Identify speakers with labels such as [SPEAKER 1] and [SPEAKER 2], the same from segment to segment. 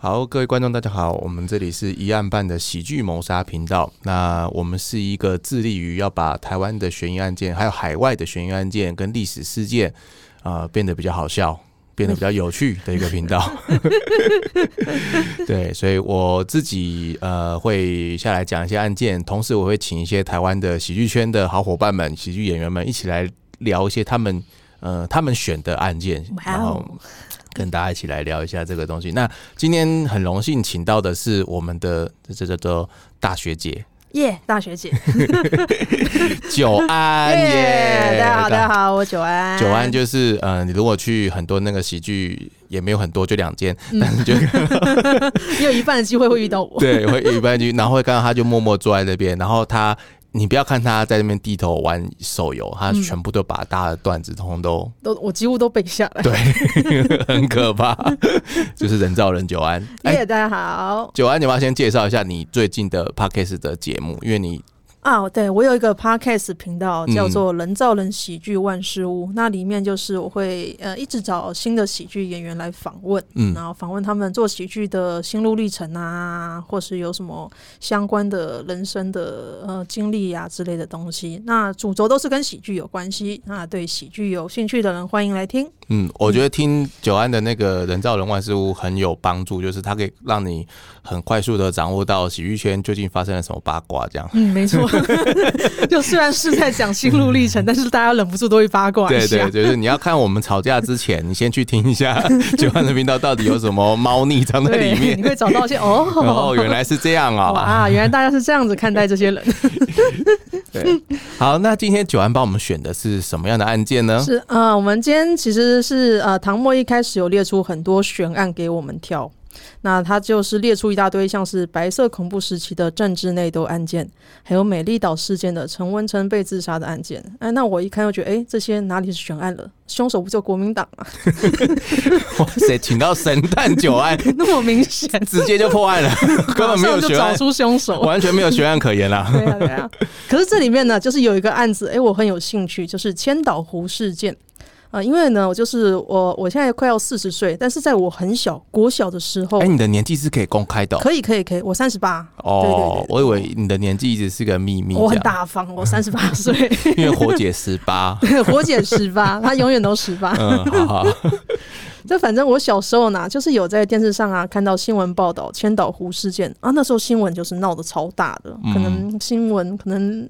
[SPEAKER 1] 好，各位观众，大家好，我们这里是一案办的喜剧谋杀频道。那我们是一个致力于要把台湾的悬疑案件，还有海外的悬疑案件跟历史事件，啊，变得比较好笑，变得比较有趣的一个频 道。对，所以我自己呃会下来讲一些案件，同时我会请一些台湾的喜剧圈的好伙伴们、喜剧演员们一起来聊一些他们呃他们选的案件，然后
[SPEAKER 2] 哇哦
[SPEAKER 1] 跟大家一起来聊一下这个东西。那今天很荣幸请到的是我们的这这这都大学 姐
[SPEAKER 2] 耶大学姐，
[SPEAKER 1] 九安耶，
[SPEAKER 2] 大家好，大家好，我九安，
[SPEAKER 1] 九安就是呃，你如果去很多那个喜剧也没有很多，就两间，但是就
[SPEAKER 2] 你有一半的机会会遇到我，
[SPEAKER 1] 对，会一般去，然后会看到他就默默坐在那边，然后他，你不要看他在那边低头玩手游，他全部都把大家的段子通通都、
[SPEAKER 2] 都我几乎都背下来。
[SPEAKER 1] 对，很可怕， 就是人造人九安。 哎、
[SPEAKER 2] 耶大家好
[SPEAKER 1] 九安，你要不要先介绍一下你最近的 podcast 的节目，因为你
[SPEAKER 2] 啊，对我有一个 podcast 频道
[SPEAKER 1] 嗯
[SPEAKER 2] 叫做“人造人喜剧万事屋”，那里面就是我会呃一直找新的喜剧演员来访问，
[SPEAKER 1] 嗯
[SPEAKER 2] 然后访问他们做喜剧的心路历程啊，或是有什么相关的人生的呃经历啊之类的东西。那主轴都是跟喜剧有关系，那对喜剧有兴趣的人欢迎来听。
[SPEAKER 1] 嗯，我觉得听九安的那个人造人万事屋很有帮助，就是它可以让你很快速的掌握到喜剧圈究竟发生了什么八卦，这样。
[SPEAKER 2] 嗯，没 错，就虽然是在讲心路历
[SPEAKER 1] 嗯
[SPEAKER 2] 程，但是大家忍不住都会八卦一
[SPEAKER 1] 对
[SPEAKER 2] 下。
[SPEAKER 1] 对，就是你要看我们吵架之前，你先去听一 下九安的频道到底有什么猫腻藏在里
[SPEAKER 2] 对，
[SPEAKER 1] 面
[SPEAKER 2] 你。会找到一些
[SPEAKER 1] 哦，
[SPEAKER 2] 哦，
[SPEAKER 1] 原来是这样
[SPEAKER 2] 哇、
[SPEAKER 1] 啊、
[SPEAKER 2] 原来大家是这样子看待这些人，
[SPEAKER 1] 对，好，那今天九安帮我们选的是什么样的案件呢？
[SPEAKER 2] 是呃，我们今天其实是呃，唐末一开始有列出很多悬案给我们挑。那他就是列出一大堆，像是白色恐怖时期的政治内斗案件，还有美丽岛事件的陈文成被自杀的案件。哎，那我一看就觉得，哎，这些哪里是悬案了？凶手不就国民党吗？
[SPEAKER 1] 哇塞，请到神探九安，
[SPEAKER 2] 那么明显，
[SPEAKER 1] 直接就破案 了，根本没有
[SPEAKER 2] 马上就
[SPEAKER 1] 悬
[SPEAKER 2] 找
[SPEAKER 1] 案，
[SPEAKER 2] 出凶手。
[SPEAKER 1] 完全没有悬案可言啦。
[SPEAKER 2] 对啊，对 啊。可是这里面呢，就是有一个案子，哎，我很有兴趣，就是千岛湖事件。啊、因为呢，我就是我，我现在快要四十岁，但是在我很小国小的时候，
[SPEAKER 1] 哎、你的年纪是可以公开的哦。
[SPEAKER 2] 哦可以，可以，可以，我三十八，
[SPEAKER 1] 哦
[SPEAKER 2] 对对对对
[SPEAKER 1] 我以为你的年纪一直是个秘密，
[SPEAKER 2] 我很，大方，我三十八 岁，
[SPEAKER 1] 因为火姐十八。
[SPEAKER 2] 活姐十八，她永远都十八。
[SPEAKER 1] 嗯，好好，
[SPEAKER 2] 这反正我小时候呢，就是有在电视上啊看到新闻报道千岛湖事件啊，那时候新闻就是闹得超大的，
[SPEAKER 1] 嗯
[SPEAKER 2] 可能新闻可能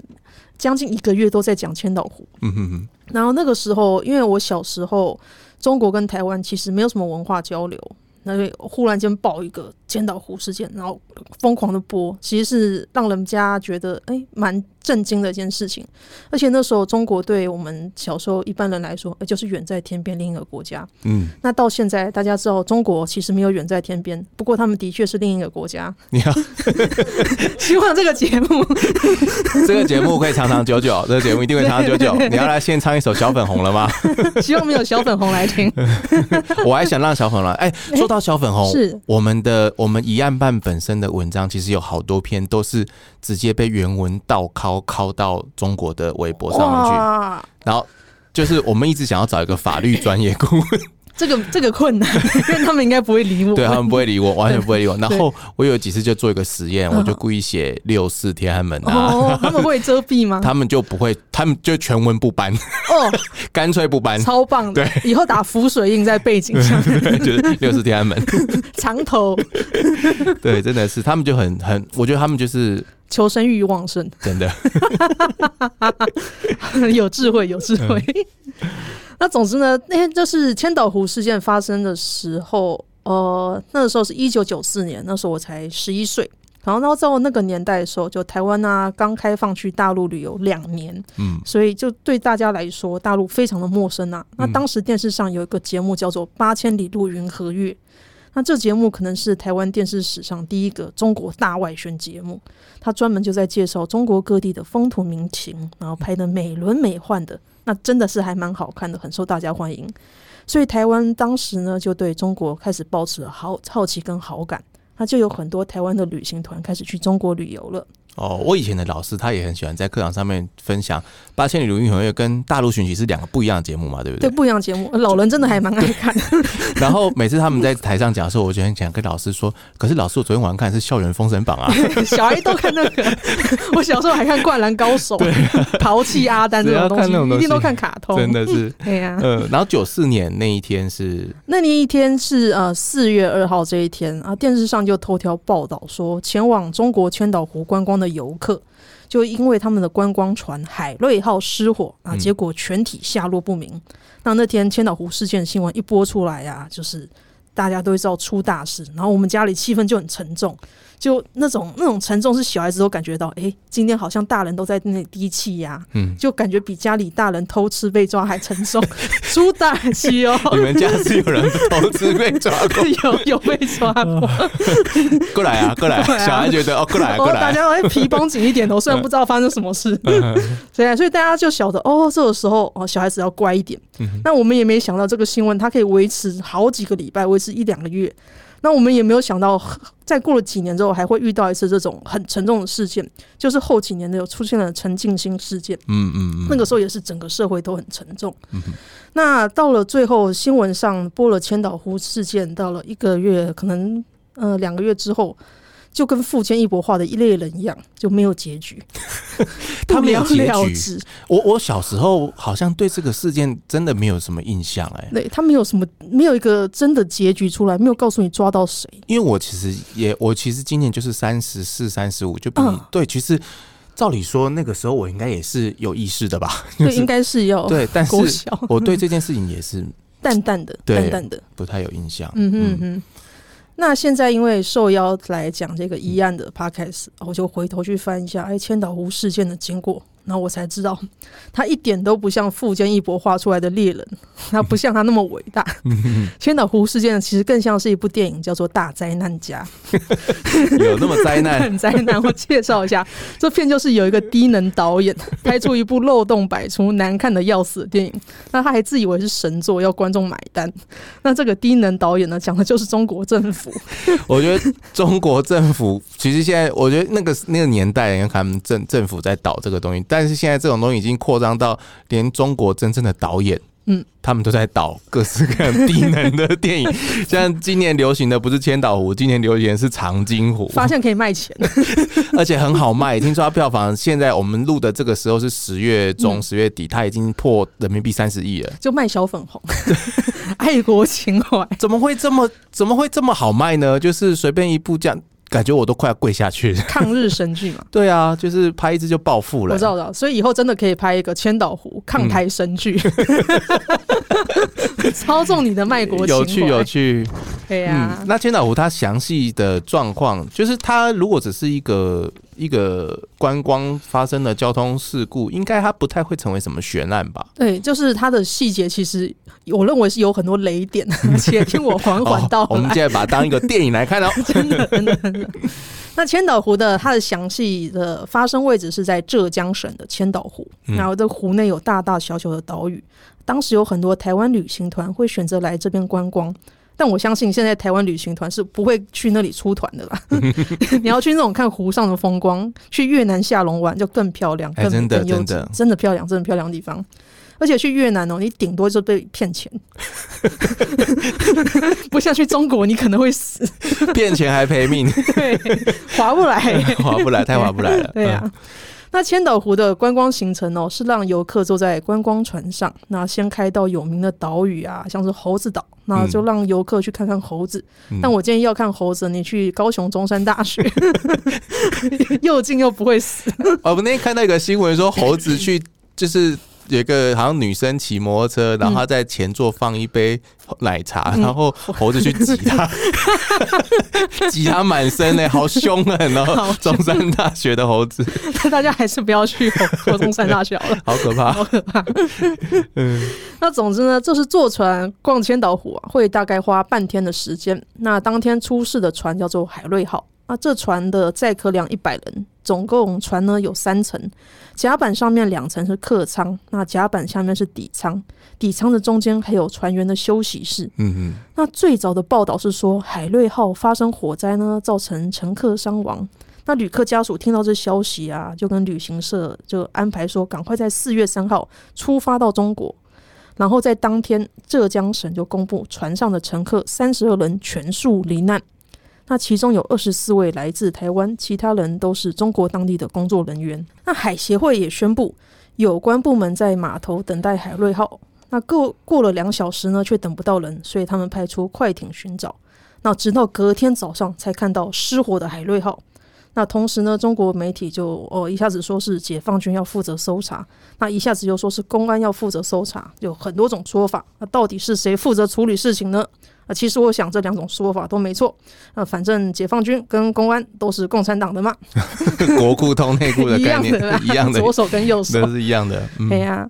[SPEAKER 2] 将近一个月都在讲千岛湖。
[SPEAKER 1] 嗯哼哼，
[SPEAKER 2] 然后那个时候，因为我小时候，中国跟台湾其实没有什么文化交流，那就忽然间爆一个千岛湖事件，然后疯狂的播，其实是让人家觉得哎蛮震惊的一件事情。而且那时候中国对我们小时候一般人来说，哎就是远在天边另一个国家。
[SPEAKER 1] 嗯，
[SPEAKER 2] 那到现在大家知道，中国其实没有远在天边，不过他们的确是另一个国家。
[SPEAKER 1] 你好，
[SPEAKER 2] 希望这个节目
[SPEAKER 1] 这个节目可以长长久久，这个节目一定会长长久久。你要来献唱一首《小粉红》了 吗？
[SPEAKER 2] 希望没有小粉红来听。
[SPEAKER 1] 我还想让小粉红来。哎、说到小粉红，
[SPEAKER 2] 是
[SPEAKER 1] 我们的我们一案办本身的文章，其实有好多篇都是直接被原文倒拷拷到中国的微博上面去，
[SPEAKER 2] 哇，
[SPEAKER 1] 然后就是我们一直想要找一个法律专业 顾问，
[SPEAKER 2] 这个这个 困难，因为他们应该不会理我。
[SPEAKER 1] 对他们不会理我，完全不会理我。然后我有几次就做一个实验，我就故意写六四天安门啊。
[SPEAKER 2] 嗯哦，他们会遮蔽吗？
[SPEAKER 1] 他们就不会，他们就全文不搬，
[SPEAKER 2] 哦，
[SPEAKER 1] 干脆不搬，
[SPEAKER 2] 超棒的！以后打浮水印在背景 上，
[SPEAKER 1] 对就是六四天安门。
[SPEAKER 2] 长头
[SPEAKER 1] 对，真的是，他们就很很，我觉得他们就是
[SPEAKER 2] 求生欲旺盛，
[SPEAKER 1] 真 的，
[SPEAKER 2] 有智慧，有智慧。
[SPEAKER 1] 嗯
[SPEAKER 2] 那总之呢，那天就是千岛湖事件发生的时候，呃，那个时候是一九九四年，那时候我才十一岁。然后到在我那个年代的时候，就台湾啊刚开放去大陆旅游两年，
[SPEAKER 1] 嗯，
[SPEAKER 2] 所以就对大家来说，大陆非常的陌生啊。那
[SPEAKER 1] 嗯
[SPEAKER 2] 当时电视上有一个节目叫做《八千里路云和月》，那这节目可能是台湾电视史上第一个中国大外宣节目，它专门就在介绍中国各地的风土民情，然后拍的美轮美奂的，那真的是还蛮好看的，很受大家欢迎。所以台湾当时呢，就对中国开始抱持了好好奇跟好感，那就有很多台湾的旅行团开始去中国旅游了。
[SPEAKER 1] 哦，我以前的老师他也很喜欢在课堂上面分享《八千里如云和月》跟《大陆寻奇》是两个不一样的节目嘛，对不
[SPEAKER 2] 对
[SPEAKER 1] 对？
[SPEAKER 2] 不一样的节目，呃老人真的还蛮爱看的。
[SPEAKER 1] 然后每次他们在台上讲的时候，我就很想跟老师说，可是老师，我昨天晚上看的是《校园封神榜》啊，
[SPEAKER 2] 小孩都看那个， 我小时候还看《灌篮高手》淘气阿丹这种东
[SPEAKER 1] 啊只要看那种
[SPEAKER 2] 西，
[SPEAKER 1] 东西
[SPEAKER 2] 一定都看卡 通。
[SPEAKER 1] 真，的是。
[SPEAKER 2] 对呀、
[SPEAKER 1] 呃，然后九四年那一天是
[SPEAKER 2] 那那一天是呃四月二号这一天啊，电视上就头条报道说，前往中国千岛湖观光的游客，就因为他们的观光船海瑞号失火啊，
[SPEAKER 1] 嗯
[SPEAKER 2] 结果全体下落不明。那那天千岛湖事件新闻一播出来啊，就是大家都会知道出大事，然后我们家里气氛就很沉重。就那种那种沉重，是小孩子都感觉到，诶，今天好像大人都在那里低气压，
[SPEAKER 1] 嗯
[SPEAKER 2] 就感觉比家里大人偷吃被抓还沉重，出大事哦！
[SPEAKER 1] 你们家是有人投资被抓过
[SPEAKER 2] 有有被抓 过，
[SPEAKER 1] 过来 啊，过来啊，
[SPEAKER 2] 对啊
[SPEAKER 1] 小孩觉得哦，啊过来啊，嗯
[SPEAKER 2] 哦
[SPEAKER 1] 过
[SPEAKER 2] 大
[SPEAKER 1] 来啊，
[SPEAKER 2] 家都会皮绷紧一点头，虽然不知道发生什 么事，对啊，所以大家就晓得哦，这个时候哦，小孩子要乖一点。
[SPEAKER 1] 嗯
[SPEAKER 2] 那我们也没想到这个新闻它可以维持好几个礼拜，维持一两个月。那我们也没有想到，在过了几年之后，还会遇到一次这种很沉重的事件，就是后几年的有出现了陈静心事件。
[SPEAKER 1] 嗯嗯嗯，
[SPEAKER 2] 那个时候也是整个社会都很沉重。那到了最后，新闻上播了千岛湖事件，到了一个月，可能呃两个月之后，就跟富坚义博画的一类人一样，就没有结局，
[SPEAKER 1] 他
[SPEAKER 2] 不
[SPEAKER 1] 没有
[SPEAKER 2] 了
[SPEAKER 1] 结
[SPEAKER 2] 了
[SPEAKER 1] 局
[SPEAKER 2] 之。
[SPEAKER 1] 我我小时候好像对这个事件真的没有什么印象哎、
[SPEAKER 2] 对他没有什么，没有一个真的结局出来，没有告诉你抓 到谁。
[SPEAKER 1] 因为我其实也，我其实今年就是三十四、三十五，就比你、
[SPEAKER 2] 嗯
[SPEAKER 1] 对。其实照理说，那个时候我应该也是有意识的吧？
[SPEAKER 2] 对，应该是 要
[SPEAKER 1] 对，但
[SPEAKER 2] 勾
[SPEAKER 1] 是
[SPEAKER 2] 销，
[SPEAKER 1] 我对这件事情也是
[SPEAKER 2] 淡淡的，
[SPEAKER 1] 对
[SPEAKER 2] 淡淡的。
[SPEAKER 1] 不太有印象。
[SPEAKER 2] 嗯哼哼。那现在因为受邀来讲这个一案的 podcast，我哦就回头去翻一下，哎，千岛湖事件的经过，然后我才知道，他一点都不像富坚义博画出来的猎人，他不像他那么伟大。千岛湖事件其实更像是一部电影，叫做《大灾难家》。
[SPEAKER 1] 有那么灾难？
[SPEAKER 2] 很灾难。我介绍一下，这片就是有一个低能导演拍出一部漏洞百出、难看的要死的电影，那他还自以为是神作，要观众买单。那这个低能导演呢，讲的就是中国政府。
[SPEAKER 1] 我觉得中国政府 其实现在，我觉得那个那个年代，你看他们政政府在导这个东西，但是现在这种东西已经扩张到连中国真正的导演。
[SPEAKER 2] 嗯，
[SPEAKER 1] 他们都在导各式各样低能的电 影，像今年流行的不是千岛湖，今年流行的是长津湖。
[SPEAKER 2] 发现可以卖钱，
[SPEAKER 1] 而且很好卖。听说它票房现在我们录的这个时候是十月中、十、月底，它已经破人民币三十亿了。
[SPEAKER 2] 就卖小粉红， 爱国情怀。
[SPEAKER 1] 怎么会这么怎么会这么好卖呢？就是随便一部这样，感觉我都快要跪下去了。
[SPEAKER 2] 抗日神剧 嘛，
[SPEAKER 1] 对啊，就是拍一支就暴富了。
[SPEAKER 2] 我知道，我知道，所以以后真的可以拍一个千岛湖抗台神剧， 操纵你的卖国情怀，
[SPEAKER 1] 有趣有趣。
[SPEAKER 2] 对啊呀、
[SPEAKER 1] 嗯，那千岛湖它详细的状况，就是它如果只是一个一个观光发生的交通事故，应该它不太会成为什么悬案吧？
[SPEAKER 2] 对，就是它的细节，其实我认为是有很多雷点，且听我缓缓道
[SPEAKER 1] 哦，我们
[SPEAKER 2] 来。
[SPEAKER 1] 现在把它当一个电影来看哦。
[SPEAKER 2] 真的，真的，真的。那千岛湖的它的详细的发生位置是在浙江省的千岛湖，
[SPEAKER 1] 嗯
[SPEAKER 2] 然后这湖内有大大小小的岛屿。当时有很多台湾旅行团会选择来这边观光，但我相信现在台湾旅行团是不会去那里出团的 啦。 你要去那种看湖上的风光，去越南下龙湾就更漂亮，
[SPEAKER 1] 哎
[SPEAKER 2] 更
[SPEAKER 1] 真的
[SPEAKER 2] 更优
[SPEAKER 1] 真
[SPEAKER 2] 质
[SPEAKER 1] 的
[SPEAKER 2] 真的漂亮，真的漂亮的地方。而且去越南哦，你顶多就被 骗钱， 不像去中国你可能会死。
[SPEAKER 1] 骗钱还赔命，
[SPEAKER 2] 对，划不来。
[SPEAKER 1] 划不来，太划不来了。
[SPEAKER 2] 对啊，那千岛湖的观光行程哦，是让游客坐在观光船上，那先开到有名的岛屿啊，像是猴子岛，那就让游客去看看猴子。
[SPEAKER 1] 嗯，
[SPEAKER 2] 但我建议要看猴子，你去高雄中山大学， 又近又不会死。
[SPEAKER 1] 哦，我那天看到一个新闻说，猴子去就是有一个好像女生骑摩托车，然后她在前座放一杯奶茶，
[SPEAKER 2] 嗯
[SPEAKER 1] 然后猴子去挤 她，挤她满身呢、好凶狠哦
[SPEAKER 2] 好！
[SPEAKER 1] 中山大学的猴子
[SPEAKER 2] 大家还是不要去猴中山大学好了。
[SPEAKER 1] 好可怕，
[SPEAKER 2] 那总之呢，这是坐船逛千岛湖啊，会大概花半天的时间。那当天出事的船叫做海瑞号，那这船的载客量一百人，总共船呢有三层，甲板上面两层是客舱，那甲板下面是底舱，底舱的中间还有船员的休息室。
[SPEAKER 1] 嗯嗯，
[SPEAKER 2] 那最早的报道是说，海瑞号发生火灾呢，造成乘客伤亡。那旅客家属听到这消息啊，就跟旅行社就安排说，赶快在四月三号出发到中国，然后在当天浙江省就公布船上的乘客三十二人全数罹难，那其中有二十四位来自台湾，其他人都是中国当地的工作人员。那海协会也宣布，有关部门在码头等待海瑞号。那过过了两小时呢，却等不到人，所以他们派出快艇寻找。那直到隔天早上才看到失火的海瑞号。那同时呢，中国媒体就哦一下子说是解放军要负责搜查，那一下子又说是公安要负责搜查，有很多种说法。那到底是谁负责处理事情呢？啊，其实我想这两种说法都没错。啊，反正解放军跟公安都是共产党的嘛，
[SPEAKER 1] 国库通内库的
[SPEAKER 2] 一
[SPEAKER 1] 概
[SPEAKER 2] 样
[SPEAKER 1] 念
[SPEAKER 2] 的啦，
[SPEAKER 1] 一样的，
[SPEAKER 2] 左手跟右手
[SPEAKER 1] 都。是一样的。嗯
[SPEAKER 2] 对，呀、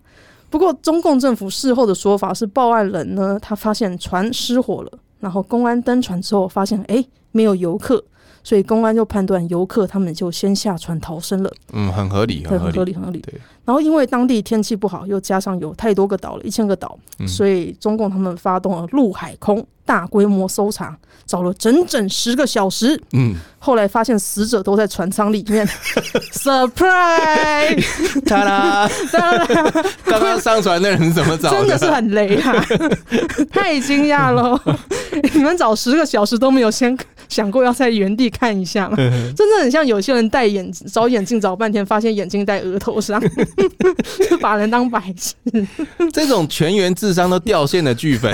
[SPEAKER 2] 不过中共政府事后的说法是，报案人呢他发现船失火了，然后公安登船之后发现诶没有游客，所以公安就判断游客他们就先下船逃生了，
[SPEAKER 1] 嗯，很合理，
[SPEAKER 2] 对，
[SPEAKER 1] 很合
[SPEAKER 2] 很合
[SPEAKER 1] 理。
[SPEAKER 2] 理，很合理
[SPEAKER 1] 对。
[SPEAKER 2] 然后因为当地天气不好，又加上有太多个岛了，一千个岛，
[SPEAKER 1] 嗯
[SPEAKER 2] 所以中共他们发动了陆海空大规模搜查，找了整整十个小时，
[SPEAKER 1] 嗯，
[SPEAKER 2] 后来发现死者都在船舱 里面，surprise！
[SPEAKER 1] 他啦，
[SPEAKER 2] 当然
[SPEAKER 1] 刚刚上传的人怎么找
[SPEAKER 2] 真的
[SPEAKER 1] 的？
[SPEAKER 2] 是很雷啊！太惊讶了，你们找十个小时都没有先想过要在原地看一下吗？真的很像有些人戴眼找眼镜找半天，发现眼镜戴额头上， 就把人当白痴。
[SPEAKER 1] 这种全员智商都掉线的剧 本，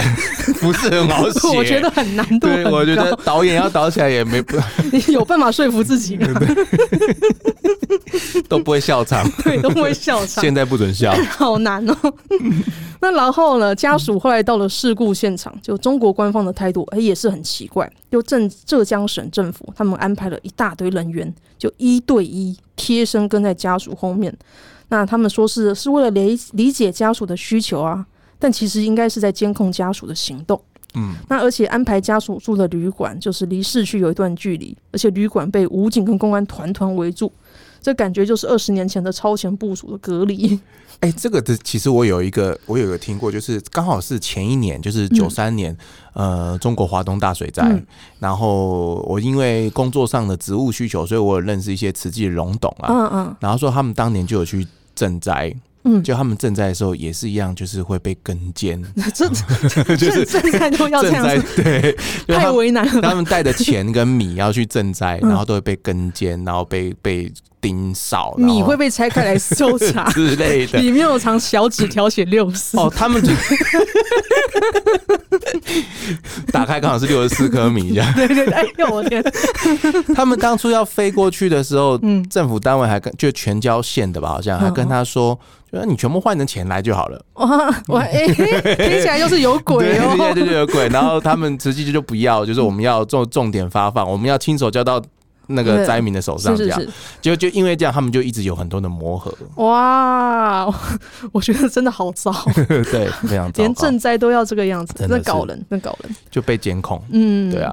[SPEAKER 1] 不是很好写。
[SPEAKER 2] 我觉得很难度很
[SPEAKER 1] 对，
[SPEAKER 2] 高，
[SPEAKER 1] 我觉得导演要导起来也没 不
[SPEAKER 2] 你有办法说服自 己吗？
[SPEAKER 1] 都不会笑 场，
[SPEAKER 2] 对，都不会笑场。
[SPEAKER 1] 现在不准 笑。
[SPEAKER 2] 好难哦。那然后呢？家属后来到了事故现场，就中国官方的态度，哎、也是很奇怪。就浙浙江省政府，他们安排了一大堆人员，就一对一贴身跟在家属后面。那他们说是是为了理理解家属的需求啊，但其实应该是在监控家属的行动。
[SPEAKER 1] 嗯，
[SPEAKER 2] 那而且安排家属住的旅馆，就是离市区有一段距离，而且旅馆被武警跟公安团团围住，这感觉就是二十年前的超前部署的隔离。
[SPEAKER 1] 哎、这个的其实我有一个，我有一个听过，就是刚好是前一年，就是九三年，呃，中国华东大水灾。
[SPEAKER 2] 嗯
[SPEAKER 1] 然后我因为工作上的职务需求，所以我有认识一些慈济的龙董啊，
[SPEAKER 2] 嗯嗯
[SPEAKER 1] 然后说他们当年就有去赈灾，
[SPEAKER 2] 嗯，
[SPEAKER 1] 就他们赈灾的时候也是一样，就是会被跟监，
[SPEAKER 2] 这
[SPEAKER 1] 就是
[SPEAKER 2] 现在都要这
[SPEAKER 1] 赈
[SPEAKER 2] 样
[SPEAKER 1] 灾
[SPEAKER 2] 子，
[SPEAKER 1] 对， 就
[SPEAKER 2] 太
[SPEAKER 1] 他们
[SPEAKER 2] 为难了吧
[SPEAKER 1] 他？们带的钱跟米要去赈灾，
[SPEAKER 2] 嗯
[SPEAKER 1] 然后都会被跟监，然后被被盯梢，然后
[SPEAKER 2] 米会被拆开来搜查，
[SPEAKER 1] 之类 的。
[SPEAKER 2] 里面有藏小纸条写六四。
[SPEAKER 1] 哦，他们就 打开刚好是六十四颗米这样。
[SPEAKER 2] 对对对，哎呦我天，
[SPEAKER 1] 他们当初要飞过去的时候，
[SPEAKER 2] 嗯
[SPEAKER 1] 政府单位还跟就全交县的吧，好像还跟
[SPEAKER 2] 嗯
[SPEAKER 1] 他说，就说你全部换成钱来就好了。
[SPEAKER 2] 哇哇，哎、听起来就是有鬼
[SPEAKER 1] 对
[SPEAKER 2] 哦。
[SPEAKER 1] 对对对，有鬼。然后他们慈济就就不要，就是我们要重重点发放，我们要亲手交到那个
[SPEAKER 2] 对
[SPEAKER 1] 灾民的手上，
[SPEAKER 2] 是
[SPEAKER 1] 这
[SPEAKER 2] 是
[SPEAKER 1] 样。
[SPEAKER 2] 是，
[SPEAKER 1] 就就因为这样，他们就一直有很多的磨 合，
[SPEAKER 2] 哇，我我觉得真的好糟，
[SPEAKER 1] 对，非常糟
[SPEAKER 2] 连
[SPEAKER 1] 糕，
[SPEAKER 2] 赈灾都要这个样子，
[SPEAKER 1] 真的
[SPEAKER 2] 那
[SPEAKER 1] 是
[SPEAKER 2] 搞人，那搞人。
[SPEAKER 1] 就被监控。
[SPEAKER 2] 嗯，
[SPEAKER 1] 对啊，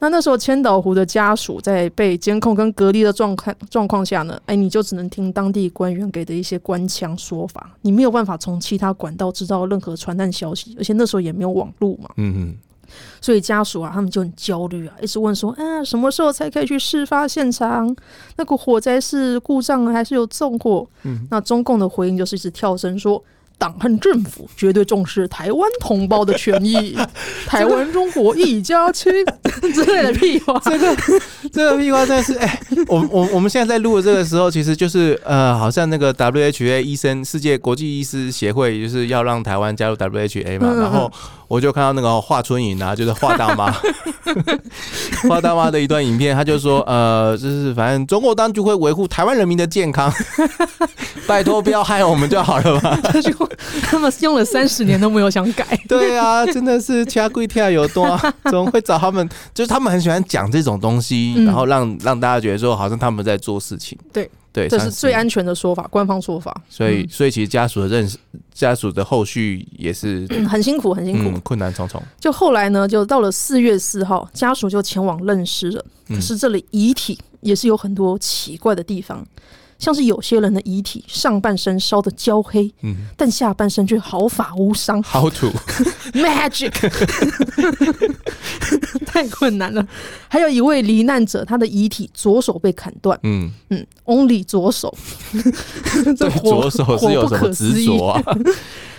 [SPEAKER 2] 那那时候千岛湖的家属在被监控跟隔离的状况状况下呢，哎，你就只能听当地官员给的一些官腔说法，你没有办法从其他管道知道任何传单消息，而且那时候也没有网络嘛，
[SPEAKER 1] 嗯
[SPEAKER 2] 所以家属啊，他们就很焦虑啊，一直问说啊，什么时候才可以去事发现场？那个火灾是故障还是有纵火？
[SPEAKER 1] 嗯
[SPEAKER 2] 那中共的回应就是一直跳声说。党和政府绝对重视台湾同胞的权益，台湾中国一家亲之类的屁话。
[SPEAKER 1] 哼，这个屁话真的是，哎、我我我们现在在录的这个时候，其实就是呃，好像那个 WHA 医生，世界国际医师协会就是要让台湾加入 WHA 嘛，
[SPEAKER 2] 嗯嗯嗯
[SPEAKER 1] 然后我就看到那个华春莹啊，就是华大 妈，华大妈的一段影片，她就说，呃，就是反正中国当局会维护台湾人民的健康， 拜托不要害我们就好了吧？
[SPEAKER 2] 他就他们用了三十年都没有想改，
[SPEAKER 1] 对啊，真的是掐贵跳有多、啊，总会找他们，就是他们很喜欢讲这种东西，
[SPEAKER 2] 嗯
[SPEAKER 1] 然后让让大家觉得说好像他们在做事情。
[SPEAKER 2] 对
[SPEAKER 1] 对，
[SPEAKER 2] 这
[SPEAKER 1] 像
[SPEAKER 2] 是最。安嗯全的说法，官方说法。
[SPEAKER 1] 所以所以其实家属的认识，家属的后续也是
[SPEAKER 2] 嗯很辛苦，很 辛苦。
[SPEAKER 1] 嗯困难重重。
[SPEAKER 2] 就后来呢，就到了四月四号，家属就前往认尸了。
[SPEAKER 1] 嗯
[SPEAKER 2] 可是这里遗体也是有很多奇怪的地方，像是有些人的遗体上半身烧得焦黑，
[SPEAKER 1] 嗯，
[SPEAKER 2] 但下半身却毫发无伤
[SPEAKER 1] 好土，
[SPEAKER 2] ，magic，太困难了。还有一位罹难者，他的遗体左手被砍断，
[SPEAKER 1] 嗯，
[SPEAKER 2] 嗯，only 左手， 这
[SPEAKER 1] 对
[SPEAKER 2] 火
[SPEAKER 1] 左手是有什么执着？啊？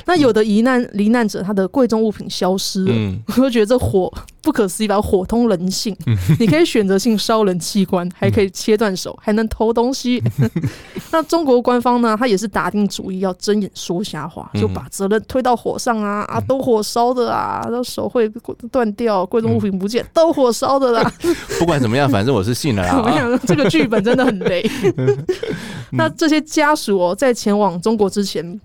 [SPEAKER 2] 那有的罹难罹难者，他的贵重物品消失了，
[SPEAKER 1] 嗯，
[SPEAKER 2] 我就觉得这火不可思议吧，火通人性。 你可以选择性烧人器官，还可以切断手，还能偷 东西。 那中国官方呢，他也是打定主意要睁眼说瞎话，
[SPEAKER 1] 嗯
[SPEAKER 2] 就把责任推到火上啊啊，都火烧的啊，然后手会断掉，贵重物品不
[SPEAKER 1] 嗯
[SPEAKER 2] 见，都火烧的啦。
[SPEAKER 1] 不管怎么样，反正我是 信了啦。
[SPEAKER 2] 我
[SPEAKER 1] 啊嗯
[SPEAKER 2] 想说这个剧本真的很雷。那这些家属哦，在前往中国之前，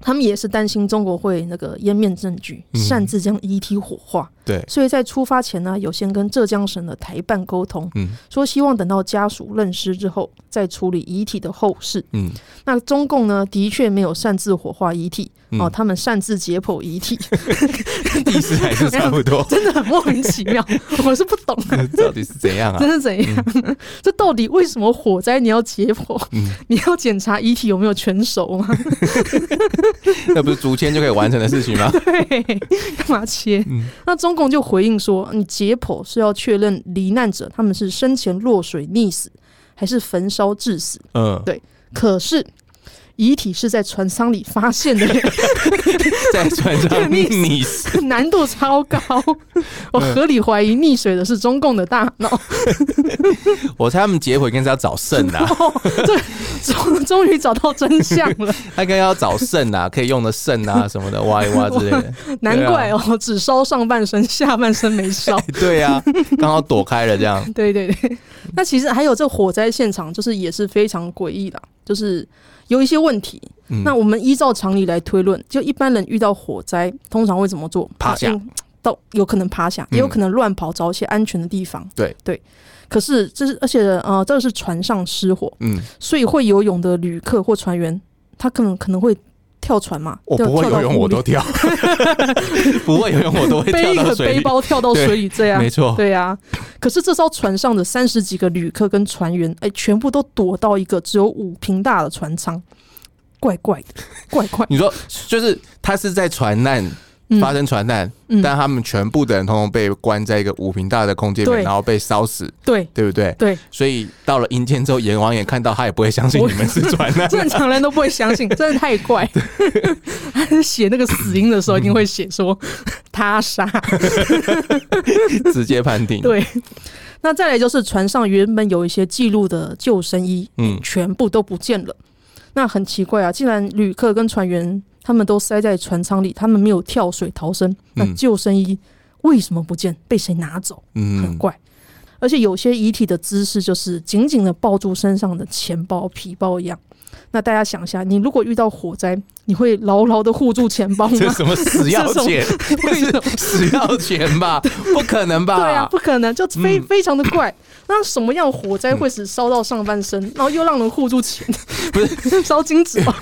[SPEAKER 2] 他们也是担心中国会那个湮灭证据，
[SPEAKER 1] 嗯
[SPEAKER 2] 擅自将遗体火化，
[SPEAKER 1] 对，
[SPEAKER 2] 所以在出发前呢，有先跟浙江省的台办沟通，
[SPEAKER 1] 嗯
[SPEAKER 2] 说希望等到家属认尸之后再处理遗体的后事。
[SPEAKER 1] 嗯，
[SPEAKER 2] 那中共呢，的确没有擅自火化遗体，
[SPEAKER 1] 嗯
[SPEAKER 2] 哦，他们擅自解剖遗体，
[SPEAKER 1] 意思还是差不多，
[SPEAKER 2] 真的很莫名其妙，我是不懂。
[SPEAKER 1] 到底是怎样啊
[SPEAKER 2] 真？是怎样？ 这到底为什么火灾你要解剖？
[SPEAKER 1] 嗯
[SPEAKER 2] 你要检查遗体有没有全 熟吗？
[SPEAKER 1] 那不是竹签就可以完成的事 情吗？
[SPEAKER 2] 对，干嘛切？
[SPEAKER 1] 嗯
[SPEAKER 2] 那中共就回应说，你解剖是要确认罹难者他们是生前落水溺死，还是焚烧致死。
[SPEAKER 1] 嗯，
[SPEAKER 2] 可是。遗体是在船舱里发现的，
[SPEAKER 1] 在船上
[SPEAKER 2] 溺死
[SPEAKER 1] 溺死，
[SPEAKER 2] 难度 超高。我合理怀疑溺水的是中共的大脑。
[SPEAKER 1] 我猜他们结果应该是要找肾啊，
[SPEAKER 2] 哦，这终终于找到真相 了，
[SPEAKER 1] 他应该要找肾啊，可以用的肾啊什么的，挖 一挖之类的。
[SPEAKER 2] 难怪哦，只烧上半身，下半身没烧。
[SPEAKER 1] 对呀、啊，刚好躲开了这样。
[SPEAKER 2] 对对对，
[SPEAKER 1] 嗯
[SPEAKER 2] 那其实还有这火灾现场，就是也是非常诡异的，就是有一些问题。
[SPEAKER 1] 嗯
[SPEAKER 2] 那我们依照常理来推论，就一般人遇到火灾，通常会怎么做？
[SPEAKER 1] 趴下
[SPEAKER 2] 啊嗯到有可能趴下，
[SPEAKER 1] 嗯
[SPEAKER 2] 也有可能乱跑，找一些安全的地方。
[SPEAKER 1] 对
[SPEAKER 2] 对，可是这是而且呃，这个是船上失火，
[SPEAKER 1] 嗯，
[SPEAKER 2] 所以会游泳的旅客或船员，他可能可能会跳船嘛，
[SPEAKER 1] 我
[SPEAKER 2] 跳
[SPEAKER 1] 不会
[SPEAKER 2] 跳到
[SPEAKER 1] 游泳，
[SPEAKER 2] 湖
[SPEAKER 1] 我
[SPEAKER 2] 里
[SPEAKER 1] 都跳； 不会游泳，我都会
[SPEAKER 2] 背
[SPEAKER 1] 跳
[SPEAKER 2] 一
[SPEAKER 1] 到
[SPEAKER 2] 个
[SPEAKER 1] 水
[SPEAKER 2] 背
[SPEAKER 1] 里。
[SPEAKER 2] 包跳到水里这样
[SPEAKER 1] 没。错，。
[SPEAKER 2] 对啊，可是这艘船上的三十几个旅客跟船员，哎、全部都躲到一个只有五平大的船舱，怪怪的，怪怪
[SPEAKER 1] 你说就是他是在船难
[SPEAKER 2] 嗯
[SPEAKER 1] 发生船难，
[SPEAKER 2] 嗯，
[SPEAKER 1] 但他们全部的人通通被关在一个五平大的空间里面，
[SPEAKER 2] 对
[SPEAKER 1] 然后被烧死，
[SPEAKER 2] 对
[SPEAKER 1] 对不对？
[SPEAKER 2] 对，。
[SPEAKER 1] 所以到了阴间之后，阎王也看到，他也不会相信你们是船难
[SPEAKER 2] 正常人都不会相 信，真的太怪。 他写那个死因的时候，一定会写说他杀。
[SPEAKER 1] 直接判定。
[SPEAKER 2] 对，那再来就是船上原本有一些记录的救生衣，
[SPEAKER 1] 嗯
[SPEAKER 2] 全部都不见了。那很奇怪啊，既然旅客跟船员他们都塞在船舱里，他们没有跳水逃生，那
[SPEAKER 1] 嗯
[SPEAKER 2] 救生衣为什么不见？被谁拿走？很
[SPEAKER 1] 嗯，
[SPEAKER 2] 怪。而且有些遗体的姿势就是紧紧的抱住身上的钱包、皮包一样。那大家想一下，你如果遇到火灾，你会牢牢的护住钱包 吗？
[SPEAKER 1] 这什么死要 钱？
[SPEAKER 2] 为什么？
[SPEAKER 1] 死要钱吧？不可能吧？
[SPEAKER 2] 对啊，不可能，就非
[SPEAKER 1] 嗯
[SPEAKER 2] 非常的怪。那什么样的火灾会使烧到上半身，然后又让人护住钱？
[SPEAKER 1] 嗯 不
[SPEAKER 2] 是 烧金纸吧？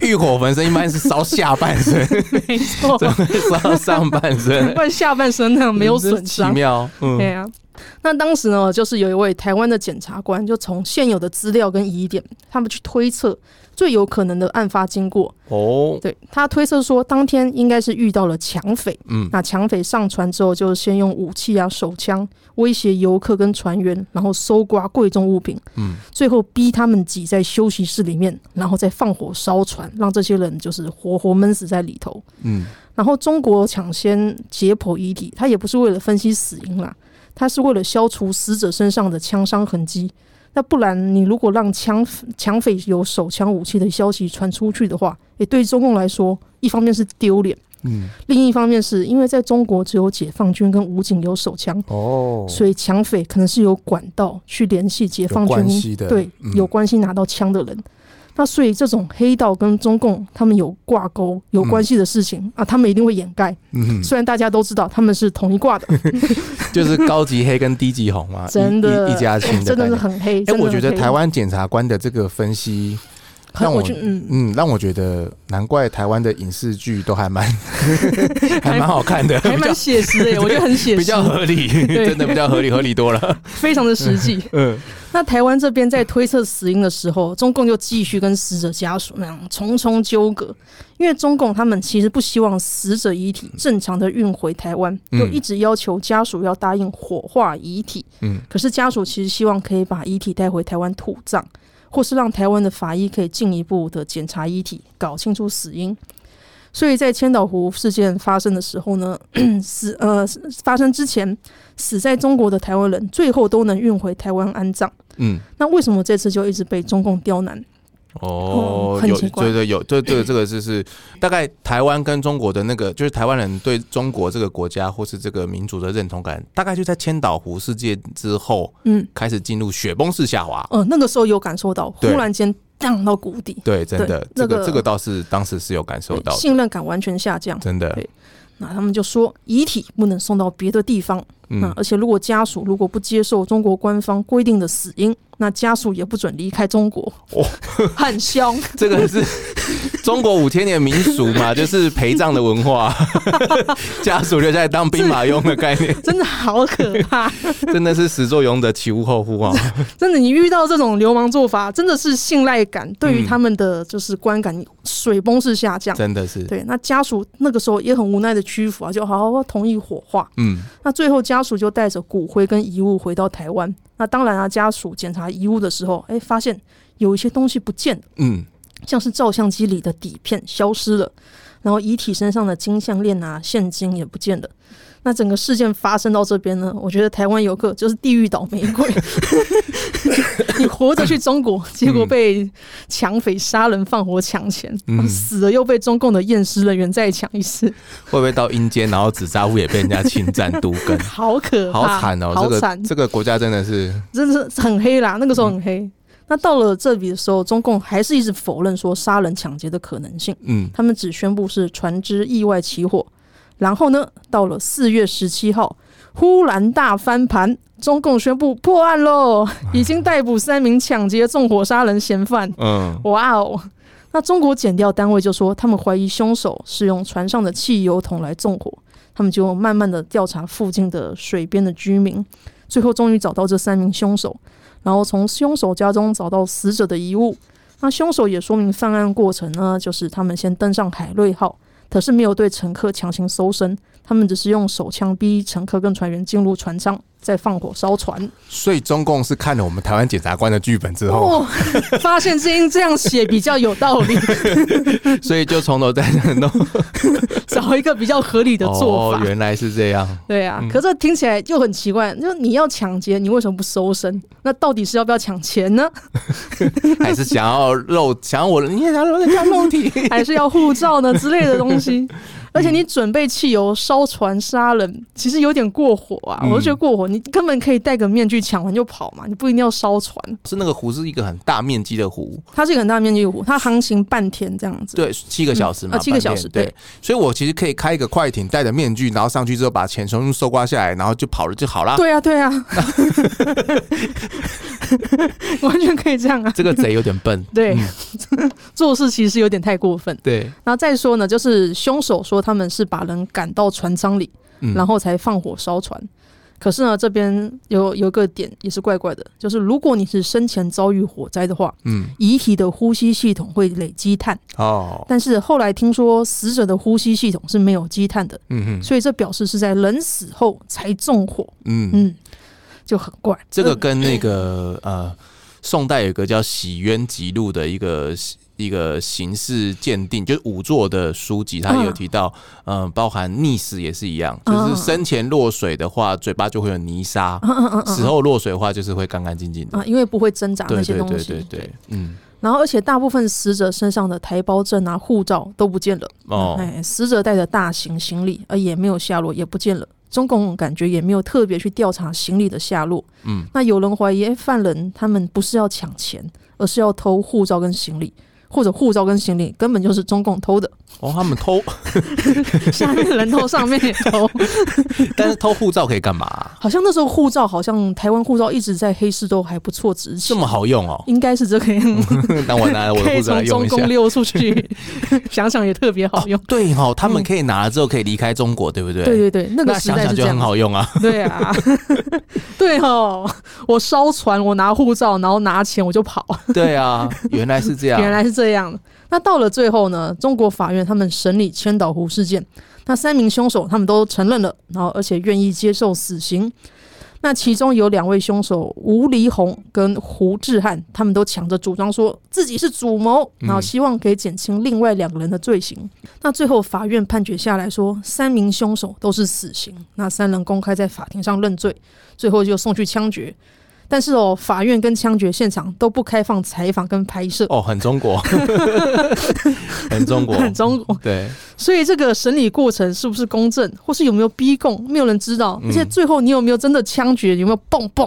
[SPEAKER 1] 欲火焚身一般是烧下半身，
[SPEAKER 2] 没错，
[SPEAKER 1] 怎么会烧上半身？
[SPEAKER 2] 不然下半身那样没有损
[SPEAKER 1] 奇
[SPEAKER 2] 伤。
[SPEAKER 1] 妙。嗯
[SPEAKER 2] 对啊，那当时呢，就是有一位台湾的检察官，就从现有的资料跟疑点，他们去推测最有可能的案发经过。
[SPEAKER 1] 哦，
[SPEAKER 2] 对他推测说，当天应该是遇到了抢匪，
[SPEAKER 1] 嗯
[SPEAKER 2] 那抢匪上船之后，就先用武器啊、手枪威胁游客跟船员，然后搜刮贵重物品，
[SPEAKER 1] 嗯，
[SPEAKER 2] 最后逼他们挤在休息室里面，然后再放火烧船，让这些人就是活活闷死在里头。
[SPEAKER 1] 嗯
[SPEAKER 2] 然后中国抢先解剖遗体，他也不是为了分析死因啦，他是为了消除死者身上的枪伤痕迹。那不然，你如果让抢抢匪有手枪武器的消息传出去的话，也对中共来说，一方面是丢脸。
[SPEAKER 1] 嗯，
[SPEAKER 2] 另一方面是因为在中国只有解放军跟武警有手枪，
[SPEAKER 1] 哦，
[SPEAKER 2] 所以抢匪可能是有管道去联系解放
[SPEAKER 1] 有关
[SPEAKER 2] 军，
[SPEAKER 1] 系的
[SPEAKER 2] 对
[SPEAKER 1] 嗯，
[SPEAKER 2] 有关系拿到枪的人。那所以这种黑道跟中共他们有挂钩、有关系的事情、啊，他们一定会掩盖。
[SPEAKER 1] 嗯，
[SPEAKER 2] 虽然大家都知道他们是同一挂的，
[SPEAKER 1] 就是高级黑跟低级红嘛，啊一
[SPEAKER 2] 真的
[SPEAKER 1] 一一家亲
[SPEAKER 2] 真
[SPEAKER 1] 概
[SPEAKER 2] 的是
[SPEAKER 1] 念。
[SPEAKER 2] 很黑。
[SPEAKER 1] 哎，
[SPEAKER 2] 真的
[SPEAKER 1] 我觉
[SPEAKER 2] 很
[SPEAKER 1] 得
[SPEAKER 2] 黑
[SPEAKER 1] 台湾检察官的这个分析让我
[SPEAKER 2] 我觉得嗯，
[SPEAKER 1] 嗯，让我觉得难怪台湾的影视剧都还蛮 还蛮好看的，
[SPEAKER 2] 还
[SPEAKER 1] 比较
[SPEAKER 2] 蛮写实的耶，我觉得很写
[SPEAKER 1] 比
[SPEAKER 2] 实
[SPEAKER 1] 较，合理，
[SPEAKER 2] 对
[SPEAKER 1] 真的比较 合理，合理多了。
[SPEAKER 2] 非常的实际。
[SPEAKER 1] 嗯，
[SPEAKER 2] 那台湾这边在推测死因的时候，中共就继续跟死者家属那样重重纠葛，因为中共他们其实不希望死者遗体正常的运回台湾，
[SPEAKER 1] 嗯
[SPEAKER 2] 就一直要求家属要答应火化遗体。
[SPEAKER 1] 嗯，
[SPEAKER 2] 可是家属其实希望可以把遗体带回台湾土葬，或是让台湾的法医可以进一步的检查遗体，搞清楚死因。所以在千岛湖事件发生的时候呢， 死呃发生之前，死在中国的台湾人最后都能运回台湾安葬。
[SPEAKER 1] 嗯，
[SPEAKER 2] 那为什么这次就一直被中共刁难？
[SPEAKER 1] 哦
[SPEAKER 2] 哦，很
[SPEAKER 1] 有
[SPEAKER 2] 奇怪
[SPEAKER 1] 对对有，对对，这个就是大概台湾跟中国的那个，就是台湾人对中国这个国家或是这个民族的认同感，大概就在千岛湖事件之后
[SPEAKER 2] 嗯，
[SPEAKER 1] 开始进入雪崩式下滑。
[SPEAKER 2] 呃，那个时候有感受到，忽
[SPEAKER 1] 对
[SPEAKER 2] 然间荡到谷底，
[SPEAKER 1] 对，真的，
[SPEAKER 2] 对
[SPEAKER 1] 这
[SPEAKER 2] 那个
[SPEAKER 1] 个这个倒是当时是有感受到
[SPEAKER 2] 对
[SPEAKER 1] 的，
[SPEAKER 2] 信任感完全下降。
[SPEAKER 1] 真的
[SPEAKER 2] 对，那他们就说，遗体不能送到别的地方。那
[SPEAKER 1] 嗯
[SPEAKER 2] 而且如果家属如果不接受中国官方规定的死因，那家属也不准离开中国。
[SPEAKER 1] 哦，
[SPEAKER 2] 很凶，
[SPEAKER 1] 这个是中国五千年民俗 嘛，就是陪葬的文化，家属留下来当兵马俑的概 念，
[SPEAKER 2] 真的好可怕。
[SPEAKER 1] 真的是始作俑者，其无后乎啊！
[SPEAKER 2] 真的，你遇到这种流氓做法，真的是信赖感对于他们的就是观感水崩式下降。
[SPEAKER 1] 真的是，
[SPEAKER 2] 对，那家属那个时候也很无奈的屈服啊，就好好同意火化。
[SPEAKER 1] 嗯
[SPEAKER 2] 那最后家属就带着骨灰跟遗物回到台湾。那当然啊，家属检查遗物的时候，哎，发现有一些东西不见了，
[SPEAKER 1] 嗯，
[SPEAKER 2] 像是照相机里的底片消失了，然后遗体身上的金项链啊、现金也不见了。那整个事件发生到这边呢，我觉得台湾游客就是地狱倒霉鬼。你活着去中国，结果被抢匪杀人放火抢钱，
[SPEAKER 1] 嗯
[SPEAKER 2] 死了又被中共的验尸人员再抢一次，
[SPEAKER 1] 会不会到阴间，然后纸扎屋也被人家侵占独 根？
[SPEAKER 2] 好可
[SPEAKER 1] 好
[SPEAKER 2] 怕，
[SPEAKER 1] 惨哦！这
[SPEAKER 2] 好惨
[SPEAKER 1] 个，这个国家真的是，
[SPEAKER 2] 真的是很黑啦，那个时候很黑。那到了这里的时候，中共还是一直否认说杀人抢劫的可能性，
[SPEAKER 1] 嗯
[SPEAKER 2] 他们只宣布是船只意外起火。然后呢，到了四月十七号，忽然大翻盘，中共宣布破案喽，已经逮捕三名抢劫、纵火杀人嫌犯。
[SPEAKER 1] 嗯
[SPEAKER 2] 哇哦！那中国检调单位就说，他们怀疑凶手是用船上的汽油桶来纵火，他们就慢慢的调查附近的水边的居民，最后终于找到这三名凶手，然后从凶手家中找到死者的遗物。那凶手也说明犯案过程呢，就是他们先登上海瑞号，可是没有对乘客强行搜身，他们只是用手枪逼乘客跟船员进入船舱，再放火烧船。
[SPEAKER 1] 所以中共是看了我们台湾检察官的剧本之后，
[SPEAKER 2] 哦， 发现这应这样写比较有道理。
[SPEAKER 1] 所以就从头再弄。
[SPEAKER 2] 找 一个比较合理的做
[SPEAKER 1] 哦
[SPEAKER 2] 法。，
[SPEAKER 1] 原来嗯是这样，
[SPEAKER 2] 对啊，可这听起来就很奇怪，就你要抢劫，你为什么不搜身？那到底是要不要抢 钱呢？
[SPEAKER 1] 还是想要肉， 想要我，你也想要人家肉体？
[SPEAKER 2] 还是要护照呢之类的东 西？嗯而且你准备汽油烧船杀人，其实有点过火啊！
[SPEAKER 1] 嗯
[SPEAKER 2] 我就觉得过火，你根本可以戴个面具抢完就跑嘛，你不一定要 烧船。
[SPEAKER 1] 是那个湖是一个很大面积的湖，
[SPEAKER 2] 它是一个很大的面具湖，它航行半天这样子。
[SPEAKER 1] 对，七个小时嘛，
[SPEAKER 2] 啊七个
[SPEAKER 1] 半天
[SPEAKER 2] 小时对
[SPEAKER 1] 对。所以我其实可以开一个快艇，戴着面具，然后上去之后把钱全部搜刮下来，然后就跑了就好啦。
[SPEAKER 2] 对啊，对啊， 完全可以这样啊！
[SPEAKER 1] 这个贼有点笨，
[SPEAKER 2] 对，
[SPEAKER 1] 嗯
[SPEAKER 2] 做事其实有点太过分。
[SPEAKER 1] 对，
[SPEAKER 2] 然后再说呢，就是凶手说他们是把人赶到船舱里，
[SPEAKER 1] 嗯
[SPEAKER 2] 然后才放火烧船。可是呢，这边有有个点也是怪怪的，就是如果你是生前遭遇火灾的话，
[SPEAKER 1] 嗯，
[SPEAKER 2] 遗体的呼吸系统会累积碳，
[SPEAKER 1] 哦，
[SPEAKER 2] 但是后来听说死者的呼吸系统是没有积碳的，
[SPEAKER 1] 嗯
[SPEAKER 2] 所以这表示是在人死后才纵火，
[SPEAKER 1] 嗯嗯，
[SPEAKER 2] 嗯，就很怪。
[SPEAKER 1] 这个跟那个呃，宋代有个叫《洗冤集录》的一个。一个刑事鉴定，就是仵作的书籍，它也有
[SPEAKER 2] 嗯
[SPEAKER 1] 提到，嗯、包含溺死也是一样，就是
[SPEAKER 2] 嗯
[SPEAKER 1] 生前落水的话，嘴巴就会有泥沙；
[SPEAKER 2] 嗯嗯嗯嗯
[SPEAKER 1] 死后落水的话，就是会干干净净的。
[SPEAKER 2] 啊，因为不会挣扎那
[SPEAKER 1] 对
[SPEAKER 2] 些
[SPEAKER 1] 对
[SPEAKER 2] 东
[SPEAKER 1] 对
[SPEAKER 2] 西，
[SPEAKER 1] 对对，嗯，
[SPEAKER 2] 然后，而且大部分死者身上的台胞证啊、护照都不见了。
[SPEAKER 1] 哦
[SPEAKER 2] 哎，死者带着大型行李，呃，也没有下落，也不见了。中共感觉也没有特别去调查行李的下落。
[SPEAKER 1] 嗯，
[SPEAKER 2] 那有人怀疑，哎，犯人他们不是要抢钱，而是要偷护照跟行李，或者护照跟行李根本就是中共偷的，
[SPEAKER 1] 哦，他们偷，
[SPEAKER 2] 下面人偷，上面也偷。
[SPEAKER 1] 但是偷护照可以干嘛啊、
[SPEAKER 2] 好像那时候护照，好像台湾护照一直在黑市都还不错值
[SPEAKER 1] 这
[SPEAKER 2] 钱，？
[SPEAKER 1] 么好用哦
[SPEAKER 2] 应该是这个样子，
[SPEAKER 1] 那我拿我
[SPEAKER 2] 可
[SPEAKER 1] 的
[SPEAKER 2] 以
[SPEAKER 1] 护照来
[SPEAKER 2] 从
[SPEAKER 1] 用
[SPEAKER 2] 中
[SPEAKER 1] 一下
[SPEAKER 2] 共。溜 出去，想想也特别好用
[SPEAKER 1] 哦。，对哦，他们
[SPEAKER 2] 嗯
[SPEAKER 1] 可以拿了之后可以离开中国，对不对？
[SPEAKER 2] 对对对，那个
[SPEAKER 1] 那
[SPEAKER 2] 时
[SPEAKER 1] 想
[SPEAKER 2] 代
[SPEAKER 1] 想
[SPEAKER 2] 是这
[SPEAKER 1] 就
[SPEAKER 2] 样
[SPEAKER 1] 很。好用 啊。
[SPEAKER 2] 对啊，对哦，我烧船，我拿护照，然后拿钱我就跑，
[SPEAKER 1] 对啊，原来是这样。
[SPEAKER 2] 原来是这样的。那到了最后呢，中国法院他们审理千岛湖事件，那三名凶手他们都承认了，然后而且愿意接受死刑。那其中有两位凶手吴黎红跟胡志汉，他们都抢着主张说自己是主谋，
[SPEAKER 1] 嗯
[SPEAKER 2] 然后希望可以减轻另外两个人的罪行。那最后法院判决下来说，三名凶手都是死刑，那三人公开在法庭上认罪，最后就送去枪决。但是哦，法院跟枪决现场都不开放采访跟拍摄，
[SPEAKER 1] 哦，很中 国，很中国，
[SPEAKER 2] 很 中国。
[SPEAKER 1] 对，
[SPEAKER 2] 所以这个审理过程是不是公正，或是有没有逼供，没有人知道。
[SPEAKER 1] 嗯
[SPEAKER 2] 而且最后你有没有真的枪决，有没有蹦蹦，